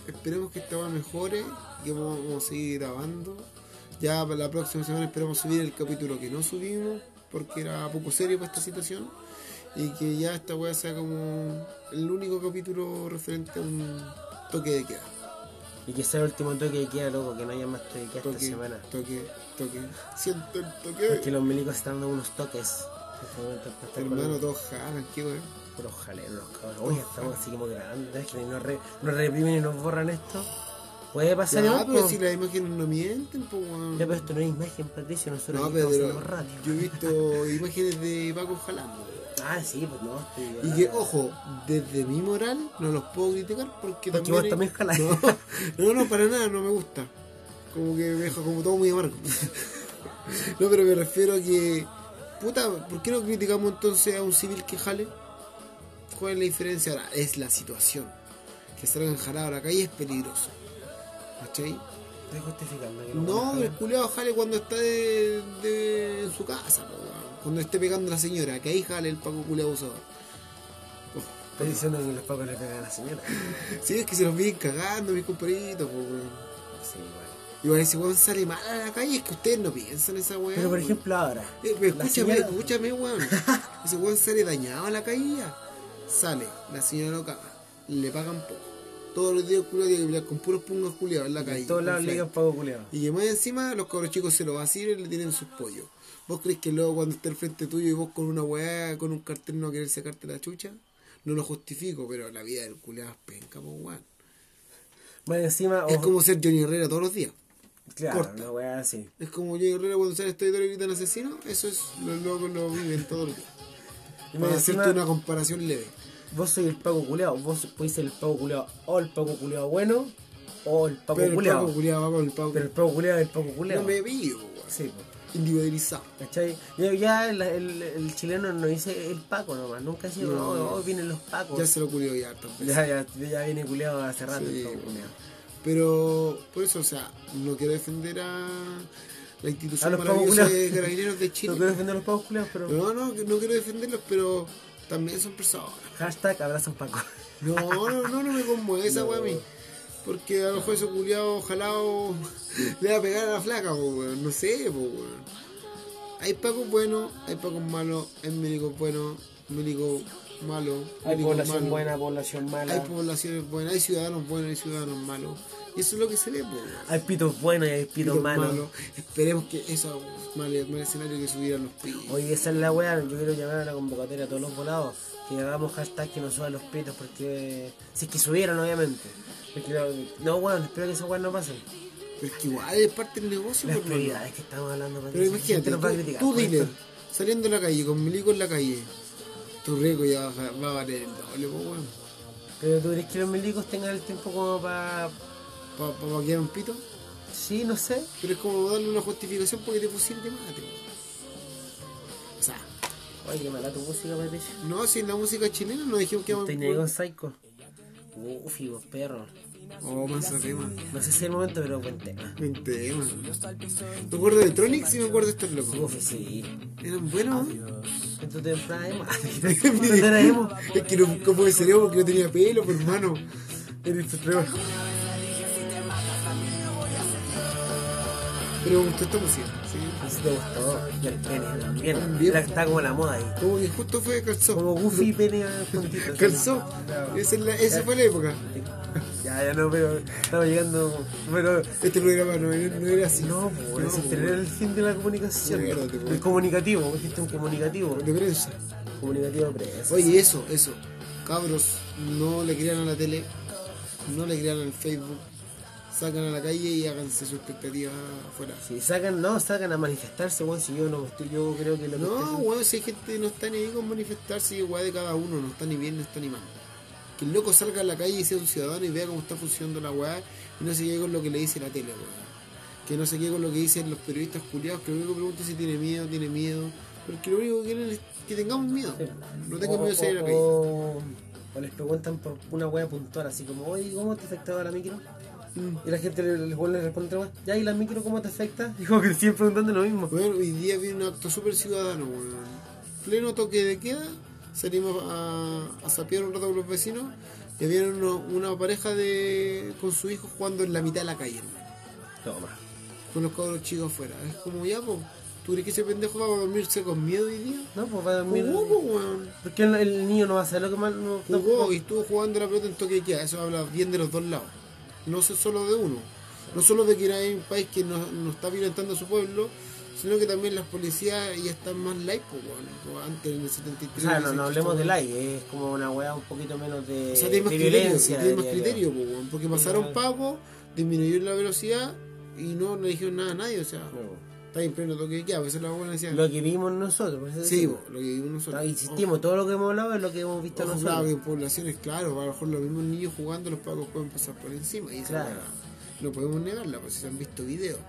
Speaker 1: esperemos que esta weá mejore y que vamos, vamos a seguir grabando. Ya para la próxima semana esperamos subir el capítulo que no subimos porque era poco serio para esta situación y que ya esta weá sea como el único capítulo referente a un toque de queda.
Speaker 2: Y que sea el último toque que queda, loco, que no haya más toque de queda esta
Speaker 1: Toque,
Speaker 2: semana.
Speaker 1: toque, toque. Siento el
Speaker 2: Porque
Speaker 1: toque.
Speaker 2: los milicos están dando unos toques. Este momento para estar con
Speaker 1: Hermano, todos jalan, qué weón.
Speaker 2: los puros jaleros, cabros. Oye, estamos, seguimos grabando. Es que nos, re- nos reprimen y nos borran esto. Puede pasar
Speaker 1: Ya,
Speaker 2: igual,
Speaker 1: pero
Speaker 2: po.
Speaker 1: si las imágenes no mienten, pues weón.
Speaker 2: Ya, pero esto no es imagen, Patricio. Nosotros
Speaker 1: No,
Speaker 2: estamos
Speaker 1: pero
Speaker 2: haciendo radio.
Speaker 1: yo he visto imágenes de Paco jalando.
Speaker 2: Ah, sí, pues no. estoy-
Speaker 1: Y que, ojo, desde mi moral no los puedo criticar porque,
Speaker 2: Porque
Speaker 1: también.
Speaker 2: vos también jalás.
Speaker 1: No, no, no, para nada, no me gusta. Como que me deja como todo muy amargo. No, pero me refiero a que. Puta, ¿por qué no criticamos entonces a un civil que jale? ¿Cuál es la diferencia ahora? Es la situación. Que salgan jalados a la calle es peligroso. ¿Cachai?
Speaker 2: Estoy justificando. que
Speaker 1: No,
Speaker 2: me
Speaker 1: el culiado jale cuando está de, de- en su casa, po, weón. cuando esté pegando a la señora, que ahí jale el paco culiado abusador.
Speaker 2: Estoy diciendo que los papás le pegan a la señora.
Speaker 1: Si es que se los vienen cagando, mis compañeritos, po, weón.
Speaker 2: Sí, igual.
Speaker 1: Igual ese weón sale mal a la calle, es que ustedes no piensan esa weón.
Speaker 2: Pero por ejemplo ahora. la
Speaker 1: Eh, escúchame,
Speaker 2: señora-
Speaker 1: escúchame, weón. Ese weón sale dañado a la calle. ya. Sale, la señora lo caga, le pagan poco. Todos los días el culiao tiene que pelear con puros pungos culiados en la calle.
Speaker 2: En todos lados
Speaker 1: con
Speaker 2: le
Speaker 1: flight.
Speaker 2: digan pago culeado.
Speaker 1: Y que más encima los cabros chicos se lo vacilan y le tienen sus pollos. ¿Vos crees que luego cuando esté al frente tuyo y vos con una weá, con un cartel no querer sacarte la chucha? No lo justifico, pero la vida del culeado es penca, po, weón.
Speaker 2: Bueno, encima.
Speaker 1: Es
Speaker 2: o-
Speaker 1: como ser Johnny Herrera todos los días.
Speaker 2: Claro,
Speaker 1: corta.
Speaker 2: una weá así.
Speaker 1: Es como Johnny Herrera cuando sale esta historia y gritan asesino. Eso es, los locos lo viven todos los días.
Speaker 2: Y
Speaker 1: Para
Speaker 2: más encima,
Speaker 1: hacerte una comparación leve.
Speaker 2: vos sois el pago culeado. Vos podéis ser el pago culeado o el pago culeado bueno o el pago
Speaker 1: Pero el pago
Speaker 2: culeado.
Speaker 1: culiado va con el pago.
Speaker 2: Pero el pago culeado es el pago culeado.
Speaker 1: No me pillo, po, weón.
Speaker 2: Sí, pues.
Speaker 1: Individualizado.
Speaker 2: ¿Cachai? Ya, ya la- el, el chileno no dice el Paco nomás, nunca ha sido,
Speaker 1: No.
Speaker 2: no, no, vienen los Pacos.
Speaker 1: Ya se lo culió ya también.
Speaker 2: Ya, ya, ya viene culeado hace rato
Speaker 1: Sí,
Speaker 2: el Paco
Speaker 1: bueno.
Speaker 2: culeado.
Speaker 1: Pero por eso, o sea, no quiero defender a la
Speaker 2: A
Speaker 1: institución
Speaker 2: los
Speaker 1: maravillosa
Speaker 2: pavos
Speaker 1: de
Speaker 2: culiados.
Speaker 1: carabineros de
Speaker 2: No quiero
Speaker 1: Chile.
Speaker 2: defender a los Pacos culeados, pero.
Speaker 1: No, no, no quiero defenderlos, pero también son personas.
Speaker 2: Hashtag abrazo a un Paco.
Speaker 1: No, no, no, no me conmueve esa wea a mí. Porque a lo mejor ese culiado jalado le va a pegar a la flaca, po, weón. No sé, po, weón. Hay pacos buenos, hay pacos malos, hay médicos buenos, médicos malos. médicos malos.
Speaker 2: población
Speaker 1: Hay poblaciones buenas, hay ciudadanos buenos, hay ciudadanos malos. Y eso es lo que se ve, po, weón.
Speaker 2: Hay pitos buenos y hay pitos,
Speaker 1: Pitos
Speaker 2: malos.
Speaker 1: malos. Esperemos que eso mal, mal escenario que subieran los pitos.
Speaker 2: Oye, esa es la weá, yo quiero llamar a la convocatoria a todos los volados, que hagamos hashtag que nos suban los pitos, porque si es que subieran obviamente. Porque no- no weón, espero que esa weá no pase.
Speaker 1: Pero es que igual es parte del negocio, pues,
Speaker 2: Las
Speaker 1: hermano.
Speaker 2: prioridades que estamos hablando
Speaker 1: Pero
Speaker 2: Patricio, la gente
Speaker 1: imagínate,
Speaker 2: nos va a
Speaker 1: tú,
Speaker 2: criticar
Speaker 1: tú
Speaker 2: por esto.
Speaker 1: dealer, saliendo a la calle, con milico en la calle, tu riesgo ya va, a- va a valer el doble, pues weón.
Speaker 2: Pero tú crees que los milicos tengan el tiempo como para.
Speaker 1: Para pa, pa quedar un pito.
Speaker 2: Sí, no sé.
Speaker 1: Pero es como darle una justificación porque te fusil te mate, weón. O sea,
Speaker 2: Oye, qué mala tu música, Patricio.
Speaker 1: no, si en la música chilena no dijimos que íbamos
Speaker 2: Te negó un psycho. Ufi, vos perro.
Speaker 1: Oh, más tema.
Speaker 2: No sé si es el momento, pero Ah, buen tema.
Speaker 1: Buen tema. Me acuerdo de Tronic, sí me acuerdo de estos locos.
Speaker 2: Ufi, Ah, sí.
Speaker 1: Eran buenos, ¿no?
Speaker 2: En tu temprana emo. En tu temprana emo.
Speaker 1: es que no, como de cerebro porque no tenía pelo, por hermano. Era el problema. Pero me gustó esta música, sí.
Speaker 2: Así te gustó. Y el pene también.
Speaker 1: También.
Speaker 2: La que está como la moda ahí.
Speaker 1: Como que justo fue calzó.
Speaker 2: Como Goofy y pene ah, juntitos.
Speaker 1: Calzó. Esa, es la- esa fue la época.
Speaker 2: Ya, ya no, pero estaba llegando. Pero.
Speaker 1: Este programa no, era- no pues, era así.
Speaker 2: No, pues, por eso
Speaker 1: po,
Speaker 2: era el fin de la comunicación.
Speaker 1: Acuérdate, po.
Speaker 2: El comunicativo, vos dijiste un comunicativo.
Speaker 1: de prensa.
Speaker 2: Comunicativo preso.
Speaker 1: Oye, eso, eso. Cabros, no le crean a la tele, no le crean al Facebook. Sacan a la calle y háganse sus expectativas afuera.
Speaker 2: Si sacan, no, sacan a manifestarse, weón, si yo no estoy, yo creo que lo que
Speaker 1: No,
Speaker 2: estoy-
Speaker 1: weón, si hay gente que no está ni ahí con manifestarse, y weón de cada uno, no está ni bien, no está ni mal. Que el loco salga a la calle y sea un ciudadano y vea cómo está funcionando la weá y no se quede con lo que le dice la tele, weón. Que no se quede con lo que dicen los periodistas culiados, que lo único que preguntan es si tiene miedo, tiene miedo. Porque lo único que quieren es que tengamos miedo. No tengo miedo de salir a la calle.
Speaker 2: o, o les preguntan por una wea puntual, así como, oye, ¿cómo te afectaba la micro?
Speaker 1: Mm.
Speaker 2: Y la gente le, les vuelve a responder, otra wea, ya, ¿y la micro cómo te afecta? Dijo que siguen preguntando lo mismo.
Speaker 1: Bueno, hoy día viene un acto súper ciudadano, weón. pleno toque de queda, salimos a, a sapear un rato con los vecinos y había uno- una pareja de con su hijo jugando en la mitad de la calle, hermano,
Speaker 2: Toma.
Speaker 1: con los cabros chicos afuera. Es como ya, po, ¿tú crees que ese pendejo va a dormirse con miedo hoy día?
Speaker 2: No, pues va a dormir.
Speaker 1: Jugó, po, weón.
Speaker 2: Porque el, el niño no va a hacer lo que mal. No,
Speaker 1: Jugó y estuvo jugando la pelota en toque de queda. Eso habla bien de los dos lados. No sé solo de uno. No solo de que era un país que no, no está violentando a su pueblo, sino que también las policías ya están más light, pues, weón. Antes en el 73.
Speaker 2: O sea, no, no
Speaker 1: 18,
Speaker 2: hablemos
Speaker 1: weón.
Speaker 2: del aire, es como una weá un poquito menos de,
Speaker 1: O sea, tiene más
Speaker 2: de
Speaker 1: criterio,
Speaker 2: violencia.
Speaker 1: tiene más
Speaker 2: diría yo.
Speaker 1: criterio, po, weón, porque pasaron pagos, disminuyeron la velocidad y no le dijeron nada a nadie, o sea, está bien pleno toque de queda, a veces la buena decía,
Speaker 2: Lo que vimos nosotros, por eso
Speaker 1: sí,
Speaker 2: decimos.
Speaker 1: po, lo que vivimos nosotros.
Speaker 2: No, insistimos, todo lo que hemos hablado es lo que hemos visto
Speaker 1: Ojo,
Speaker 2: nosotros.
Speaker 1: claro, que en poblaciones, claro, a lo mejor los mismos niños jugando, los pagos pueden pasar por encima, y esa
Speaker 2: Claro.
Speaker 1: weá, no podemos negarla, porque se han visto videos.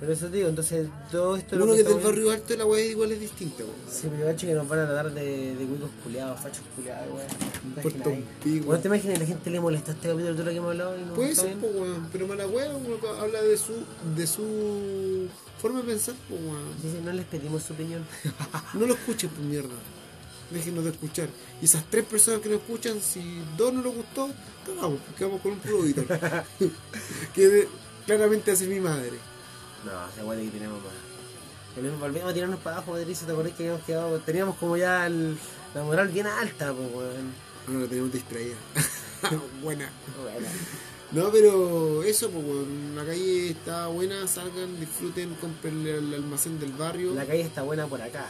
Speaker 2: Por eso te digo, entonces todo esto
Speaker 1: Uno que es del
Speaker 2: estamos-
Speaker 1: barrio alto la weá igual es distinta, pues. po.
Speaker 2: Sí, pero cacho que nos van a tratar de, de cuicos culiados, fachos culiados, weón. ¿Te
Speaker 1: Puerto
Speaker 2: imaginas ahí?
Speaker 1: Pico.
Speaker 2: Bueno, te imaginas, la gente le molesta este capítulo, todo lo que hemos hablado. Y no
Speaker 1: Puede
Speaker 2: está
Speaker 1: ser,
Speaker 2: bien?
Speaker 1: po, weón, pero mala weá, uno habla de su, de su forma de pensar, po, weón.
Speaker 2: Dice, no les pedimos su opinión.
Speaker 1: No lo escuches, pues mierda. Déjenos de escuchar. Y esas tres personas que nos escuchan, si dos no les gustó, cagamos, porque vamos con un puro auditor. que de- claramente hace mi madre.
Speaker 2: no, se acuerda que tenemos más. Volvemos, volvemos a tirarnos para abajo, Patricio, ¿te acordás que habíamos quedado? Teníamos como ya el- la moral bien alta, pues, weón.
Speaker 1: Ahora Ah, la tenemos distraída. buena.
Speaker 2: Bueno.
Speaker 1: No, pero eso, pues, weón, la calle está buena, salgan, disfruten, compren el almacén del barrio.
Speaker 2: La calle está buena por acá.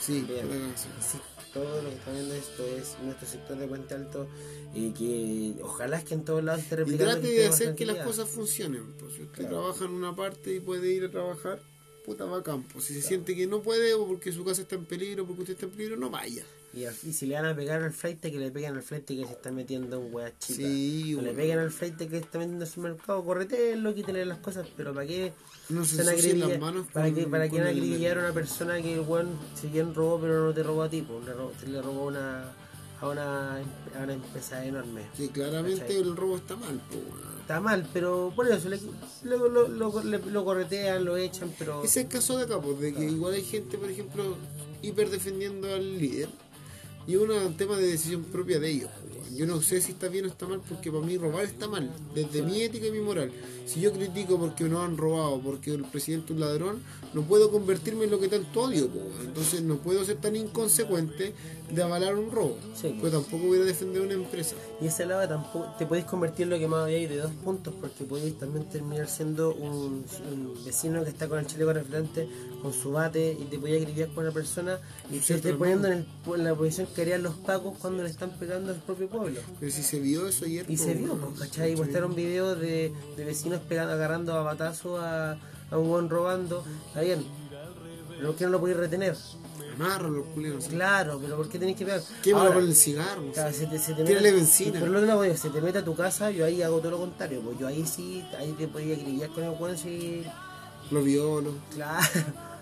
Speaker 1: Sí,
Speaker 2: Bien.
Speaker 1: la canción.
Speaker 2: Así, todo lo que está viendo esto es nuestro sector de Puente Alto. Y que ojalá es que en todos lados esté
Speaker 1: Y
Speaker 2: replicando.
Speaker 1: trate
Speaker 2: que
Speaker 1: de
Speaker 2: esté
Speaker 1: hacer
Speaker 2: bastante
Speaker 1: que las
Speaker 2: cuidado.
Speaker 1: cosas funcionen. Pues, si usted
Speaker 2: Claro.
Speaker 1: trabaja en una parte y puede ir a trabajar, puta va a campo. Si se siente que no puede o porque su casa está en peligro, porque usted está en peligro, no vaya.
Speaker 2: Y, al- y si le van a pegar al fleite, que le peguen al fleite que se está metiendo un weá chica.
Speaker 1: Sí,
Speaker 2: O le
Speaker 1: weón.
Speaker 2: peguen al fleite que está vendiendo en su mercado, corretelo, quítale las cosas, pero ¿para qué?
Speaker 1: No se
Speaker 2: se van a
Speaker 1: ensucien las
Speaker 2: acribillar-
Speaker 1: manos
Speaker 2: ¿Para
Speaker 1: con-
Speaker 2: qué, para qué
Speaker 1: con
Speaker 2: van a
Speaker 1: el-
Speaker 2: acribillar a una persona que el weón, si bien robó, pero no te robó a ti? Pues, le robó, se le robó una, a, una, a una empresa enorme.
Speaker 1: Que claramente
Speaker 2: ¿Cachai?
Speaker 1: el robo está mal, po, weón.
Speaker 2: Está mal, pero bueno, eso le, luego lo, lo, le- lo corretean, lo echan, pero.
Speaker 1: Ese es el caso de acá, pues, de que igual hay gente, por ejemplo, hiper defendiendo al líder. Y es un tema de decisión propia de ellos. po, weón. Yo no sé si está bien o está mal, porque para mí robar está mal, desde mi ética y mi moral. Si yo critico porque no han robado, porque el presidente es un ladrón, no puedo convertirme en lo que tanto odio. po, weón. Entonces no puedo ser tan inconsecuente de avalar un robo.
Speaker 2: Sí. pues.
Speaker 1: Pero tampoco voy a defender una empresa.
Speaker 2: Y ese lado tampoco te podéis convertir en lo que más odiáis de dos puntos, porque podéis también terminar siendo un, un vecino que está con el chaleco reflectante, con su bate, y te podéis acribillar con una persona,
Speaker 1: Sí,
Speaker 2: y te estáis
Speaker 1: pero
Speaker 2: poniendo en, el- en la posición que harían los pacos cuando le están pegando al propio pueblo.
Speaker 1: Pero si se vio eso ayer.
Speaker 2: Y
Speaker 1: po,
Speaker 2: se vio,
Speaker 1: weón.
Speaker 2: pues, ¿cachai? Y Mostraron videos de, de vecinos pegando, agarrando a batazo a, a un buen robando. Está bien, pero ¿por qué no lo podéis retener?
Speaker 1: Amarro los culeros.
Speaker 2: Claro, pero ¿por qué tenéis que pegar?
Speaker 1: Quémalo
Speaker 2: Ahora,
Speaker 1: con el cigarro.
Speaker 2: Claro, se te, se te
Speaker 1: Tírale benzina.
Speaker 2: Pero lo que no voy a hacer, se te mete a tu casa, yo ahí hago todo lo contrario. Pues yo ahí sí, ahí te podía grillar con el weón si.
Speaker 1: Los violos.
Speaker 2: Claro.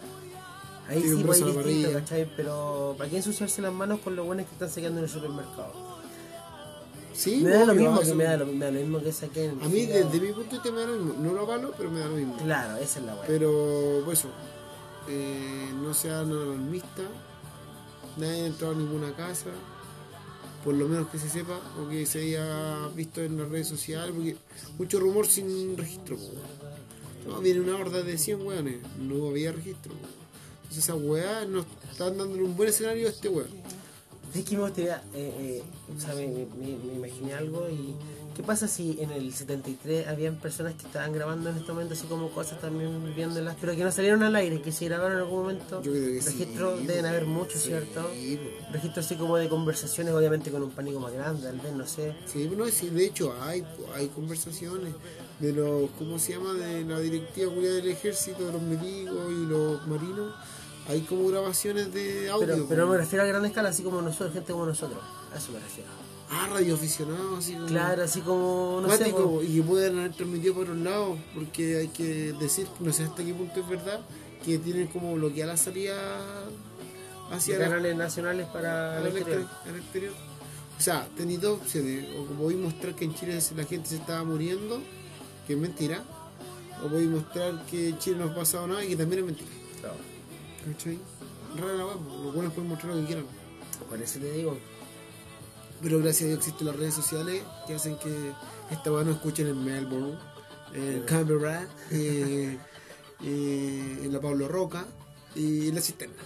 Speaker 2: Ahí
Speaker 1: Tira un
Speaker 2: sí pues
Speaker 1: brazo
Speaker 2: ahí
Speaker 1: a la
Speaker 2: distinto,
Speaker 1: parrilla.
Speaker 2: ¿cachai? Pero ¿para qué ensuciarse las manos con los buenos que están sacando en el supermercado?
Speaker 1: Sí,
Speaker 2: me da lo
Speaker 1: obvio,
Speaker 2: mismo que
Speaker 1: eso-
Speaker 2: me da lo, me da lo mismo que saquen.
Speaker 1: A mí, desde mi punto de vista, me da lo mismo. No lo avalo, pero me da lo mismo.
Speaker 2: Claro, esa es la weá.
Speaker 1: Pero, por eso, eh, no sean alarmistas, nadie ha entrado a ninguna casa, por lo menos que se sepa o que se haya visto en las redes sociales, porque mucho rumor sin registro. po, weón. No, viene una horda de 100 weones, no había registro. po. Entonces, esas weas nos están dando un buen escenario a este weón.
Speaker 2: Es que me gustaría, eh, eh, o sea, me, me- me- me imaginé algo y ¿qué pasa si en el 73 habían personas que estaban grabando en este momento así como cosas también viéndolas, pero que no salieron al aire, que se grabaron en algún momento?
Speaker 1: Yo creo que sí,
Speaker 2: Registros
Speaker 1: po.
Speaker 2: deben haber muchos,
Speaker 1: Sí, pues.
Speaker 2: ¿cierto?
Speaker 1: po.
Speaker 2: Registros así como de conversaciones, obviamente con un pánico más grande, tal vez, no sé.
Speaker 1: Sí, bueno, sí, de hecho hay, hay conversaciones de los, ¿cómo se llama? De la directiva culia del ejército, de los milicos y los marinos. Hay como grabaciones de audio. pues.
Speaker 2: Pero, pero
Speaker 1: como-
Speaker 2: me refiero a gran escala, así como nosotros, gente como nosotros. A eso me refiero.
Speaker 1: Ah, radioaficionados, así como...
Speaker 2: Claro, así como, no sé,
Speaker 1: Mm.
Speaker 2: pues,
Speaker 1: cuático, pues.
Speaker 2: como-
Speaker 1: y que pueden haber transmitido por un lado, porque hay que decir, no sé hasta qué punto es verdad, que tienen como bloqueada la salida hacia la-
Speaker 2: canales nacionales para
Speaker 1: al
Speaker 2: el
Speaker 1: Ah, exterior.
Speaker 2: exterior.
Speaker 1: al exterior. O sea, tenéis dos opciones. O como voy a mostrar que en Chile se- la gente se estaba muriendo, que es mentira. O voy a mostrar que en Chile no ha pasado nada y que también es mentira.
Speaker 2: Claro.
Speaker 1: ¿Cachai? rara la weá, pues, los buenos pueden mostrar lo que quieran.
Speaker 2: Por eso te digo,
Speaker 1: Pero gracias a Dios existen las redes sociales que hacen que esta weá no escuchen en Melbourne, en Canberra, eh, eh, en la Pablo Roca y en la cisterna.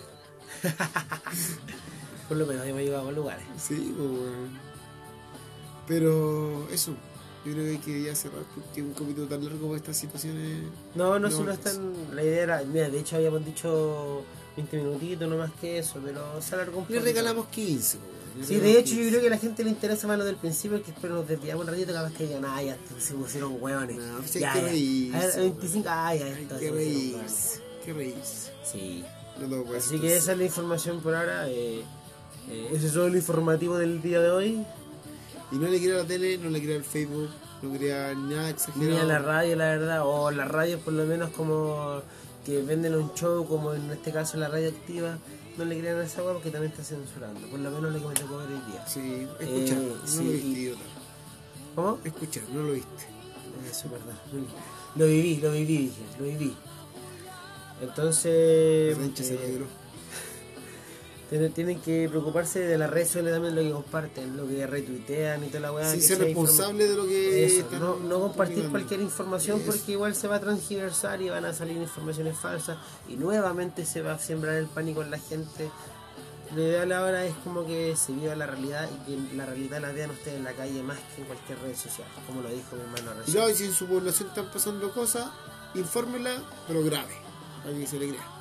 Speaker 2: por lo menos hemos llegado a buenos lugares.
Speaker 1: Sí, pues, weón. Pero eso, yo creo que hay que ya cerrar porque un capítulo tan largo para estas situaciones.
Speaker 2: No, no,
Speaker 1: No,
Speaker 2: si no
Speaker 1: no.
Speaker 2: están. La idea era. Mira, de hecho habíamos dicho 20 minutitos, no más que eso, pero se alargó un
Speaker 1: Le
Speaker 2: poquito.
Speaker 1: regalamos 15, pues, weón. Le
Speaker 2: Sí,
Speaker 1: regalamos
Speaker 2: de hecho,
Speaker 1: 15.
Speaker 2: yo creo que a la gente le interesa más lo del principio, que espero nos desviamos un ratito, capaz que digan, ah, ya se pusieron hueones.
Speaker 1: No, pues hay que reírse,
Speaker 2: A ver,
Speaker 1: weón.
Speaker 2: 25, ah, ya,
Speaker 1: Ay,
Speaker 2: esto
Speaker 1: qué
Speaker 2: se pusieron
Speaker 1: reírse, qué reírse.
Speaker 2: hueones. Sí.
Speaker 1: No pues, lo puedo
Speaker 2: Así que esa es la información por ahora. eh, eh, ese es todo el informativo del día de hoy.
Speaker 1: Y no le crea la tele, no le crea el Facebook, no crea nada exagerado.
Speaker 2: Ni a la radio, la verdad, o las radios por lo menos como que venden un show, como en este caso la radio activa, no le crean a esa hueá porque también está censurando, por lo menos lo que me tocó ver hoy día.
Speaker 1: Sí, escuchar,
Speaker 2: Eh,
Speaker 1: no
Speaker 2: sí,
Speaker 1: lo viste,
Speaker 2: y-
Speaker 1: idiota.
Speaker 2: ¿Cómo?
Speaker 1: Escuchar, no lo viste.
Speaker 2: Eso es verdad. muy bien. Lo viví, lo viví, dije, lo viví. Entonces,
Speaker 1: Sánchez se
Speaker 2: eh,
Speaker 1: alegró.
Speaker 2: tienen, tienen que preocuparse de las redes sociales también, lo que comparten, lo que retuitean y toda la weá.
Speaker 1: Sí,
Speaker 2: ah, que
Speaker 1: ser
Speaker 2: sea
Speaker 1: responsable de lo que
Speaker 2: Eso,
Speaker 1: están
Speaker 2: no, no compartir
Speaker 1: publicando.
Speaker 2: cualquier información
Speaker 1: Eso.
Speaker 2: porque igual se va a transgiversar y van a salir informaciones falsas y nuevamente se va a sembrar el pánico en la gente. Lo ideal ahora es como que se viva la realidad y que la realidad la vean ustedes en la calle más que en cualquier red social, como lo dijo mi hermano
Speaker 1: Y
Speaker 2: recién.
Speaker 1: claro, si en su población están pasando cosas, infórmela, pero grave, para que se le crea.